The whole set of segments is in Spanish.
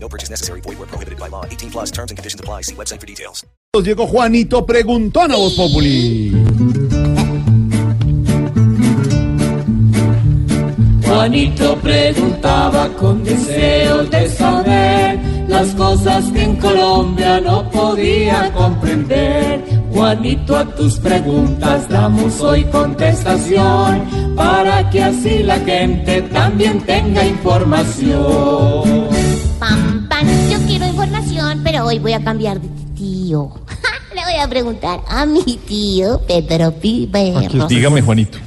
No purchase necessary. Void where prohibited by law. 18 plus terms and conditions apply. See website for details. Nos llegó Juanito Preguntón a Voz Populi. Juanito preguntaba con deseo de saber las cosas que en Colombia no podía comprender. Juanito, a tus preguntas damos hoy contestación para que así la gente también tenga información. Pam, pam, yo quiero información, pero hoy voy a cambiar de tío. Le voy a preguntar a mi tío Pedro Piberro. Pues Dígame, Juanito.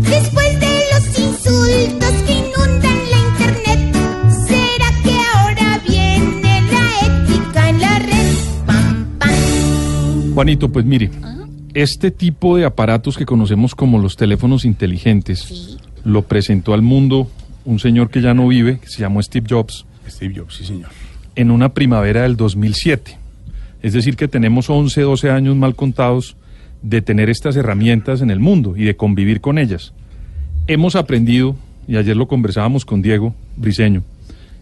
Después de los insultos que inundan la internet, ¿será que ahora viene la ética en la red? Pam, pam. Juanito, pues mire, este tipo de aparatos que conocemos como los teléfonos inteligentes lo presentó al mundo un señor que ya no vive, que se llamó Steve Jobs, Steve Jobs, sí, señor. en una primavera del 2007. Es decir, que tenemos 11, 12 años mal contados de tener estas herramientas en el mundo y de convivir con ellas. Hemos aprendido, y ayer lo conversábamos con Diego Briseño,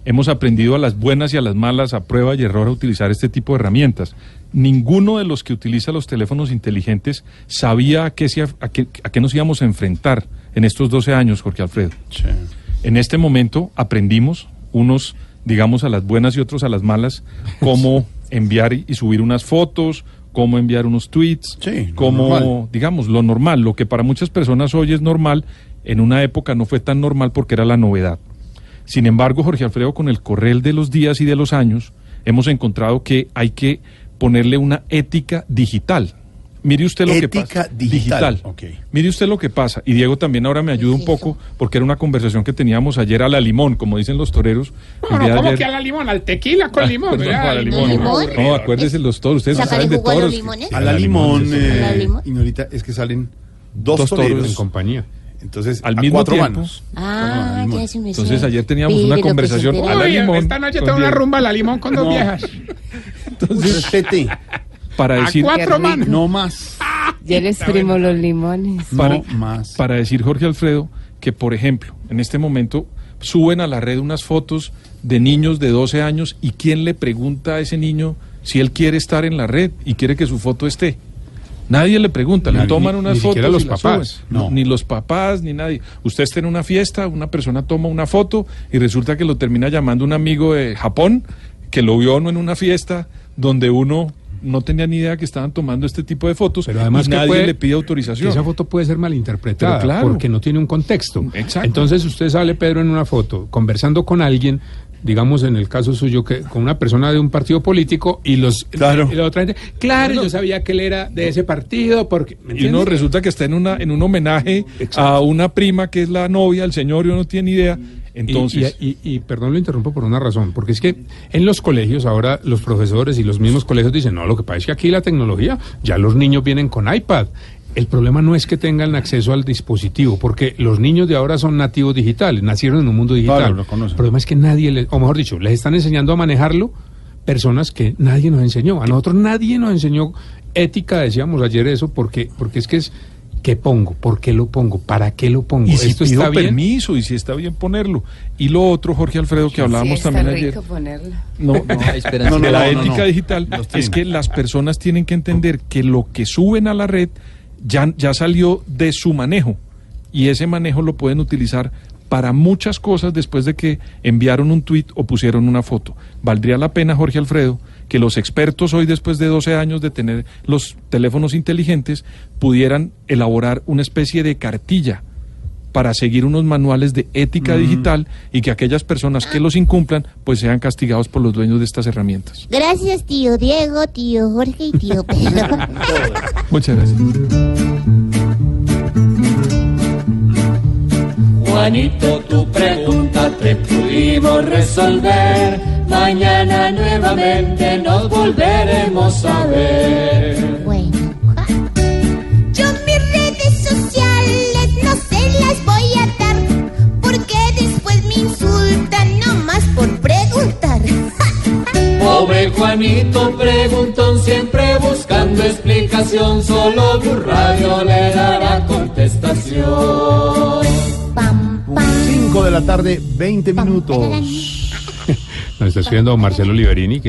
hemos aprendido a las buenas y a las malas, a prueba y error, a utilizar este tipo de herramientas. Ninguno de los que utiliza los teléfonos inteligentes sabía a qué, se- a qué- a qué nos íbamos a enfrentar en estos 12 años, Jorge Alfredo. En este momento aprendimos, unos, digamos, a las buenas y otros a las malas, cómo enviar y subir unas fotos, cómo enviar unos tweets, Sí, lo cómo, normal. digamos, lo normal, lo que para muchas personas hoy es normal, en una época no fue tan normal porque era la novedad. Sin embargo, Jorge Alfredo, con el correr de los días y de los años, hemos encontrado que hay que ponerle una ética digital. Mire usted lo que Ética pasa. digital, ok. Mire usted lo que pasa. Y Diego también ahora me ayuda un poco, porque era una conversación que teníamos ayer a la limón, como dicen los toreros. el No, día no, de ¿cómo ayer. que a la limón? Al tequila con Ah, limón. perdón, ¿verdad? a la limón. ¿Limón? No, acuérdense los toros. Ustedes ¿Saca saben de de jugo a los toros. limones? A la limón, eh, ¿A la limón? señorita, es que salen dos, Dos toreros. toros. En compañía. Entonces, Al a mismo cuatro tiempo. manos. Ah, ya se me Entonces, sé. ayer teníamos una Pero que se conversación. entera. A la Uy, limón, esta noche con tengo una Diego. rumba a la limón con dos No. viejas. Respete, Para A decir, cuatro manos. no más. Ya les primo los limones. para, No más. para decir Jorge Alfredo que, por ejemplo, en este momento suben a la red unas fotos de niños de 12 años y quién le pregunta a ese niño si él quiere estar en la red y quiere que su foto esté. Nadie le pregunta, le Nadie, toman ni- unas ni fotos siquiera los y las papás, suben. no. Ni los papás, ni nadie. Usted está en una fiesta, una persona toma una foto y resulta que lo termina llamando un amigo de Japón que lo vio a uno en una fiesta donde uno no tenía ni idea que estaban tomando este tipo de fotos Pero además y que nadie puede- le pide autorización. Esa foto puede ser malinterpretada Pero claro. porque no tiene un contexto. Exacto. Entonces usted sale, Pedro, en una foto conversando con alguien, digamos en el caso suyo, que con una persona de un partido político y los Claro. y la otra gente, claro, yo sabía que él era de ese partido porque ¿me Y uno entiendes? resulta que está en una en un homenaje a una prima que es la novia del señor y uno no tiene idea. Y- Entonces, y, y- y perdón, lo interrumpo por una razón, porque es que en los colegios ahora los profesores y los mismos colegios dicen, no, lo que pasa es que aquí la tecnología, ya los niños vienen con iPad. El problema no es que tengan acceso al dispositivo, porque los niños de ahora son nativos digitales, nacieron en un mundo digital. Claro, lo conocen. El problema es que nadie, les, o mejor dicho, les están enseñando a manejarlo personas que nadie nos enseñó. A nosotros nadie nos enseñó ética, decíamos ayer eso, porque, porque es que es, ¿qué pongo? ¿Por qué lo pongo? ¿Para qué lo pongo? y, si ¿Esto pido está bien? permiso y si está bien ponerlo. Y lo otro, Jorge Alfredo, que hablábamos sí, también está ayer. rico ponerla. No, No, no, de no, la no, ética no. digital Los es tiene. que las personas tienen que entender que lo que suben a la red ya, ya salió de su manejo y ese manejo lo pueden utilizar para muchas cosas después de que enviaron un tuit o pusieron una foto. Valdría la pena, Jorge Alfredo, que los expertos hoy, después de 12 años de tener los teléfonos inteligentes, pudieran elaborar una especie de cartilla para seguir unos manuales de ética Mm. digital y que aquellas personas que los incumplan pues sean castigados por los dueños de estas herramientas. Gracias, tío Diego, tío Jorge y tío Pedro. Muchas gracias. Juanito, tu pregunta te pudimos resolver. Mañana nuevamente nos volveremos a ver. Bueno, ja. yo mis redes sociales no se las voy a dar, porque después me insultan nomás por preguntar. Pobre Juanito preguntón, siempre buscando explicación, solo Blue Radio le dará contestación. Pam, pam. 5 de la tarde, 20 pam, minutos. tararán. Nos está escribiendo Marcelo Liberini que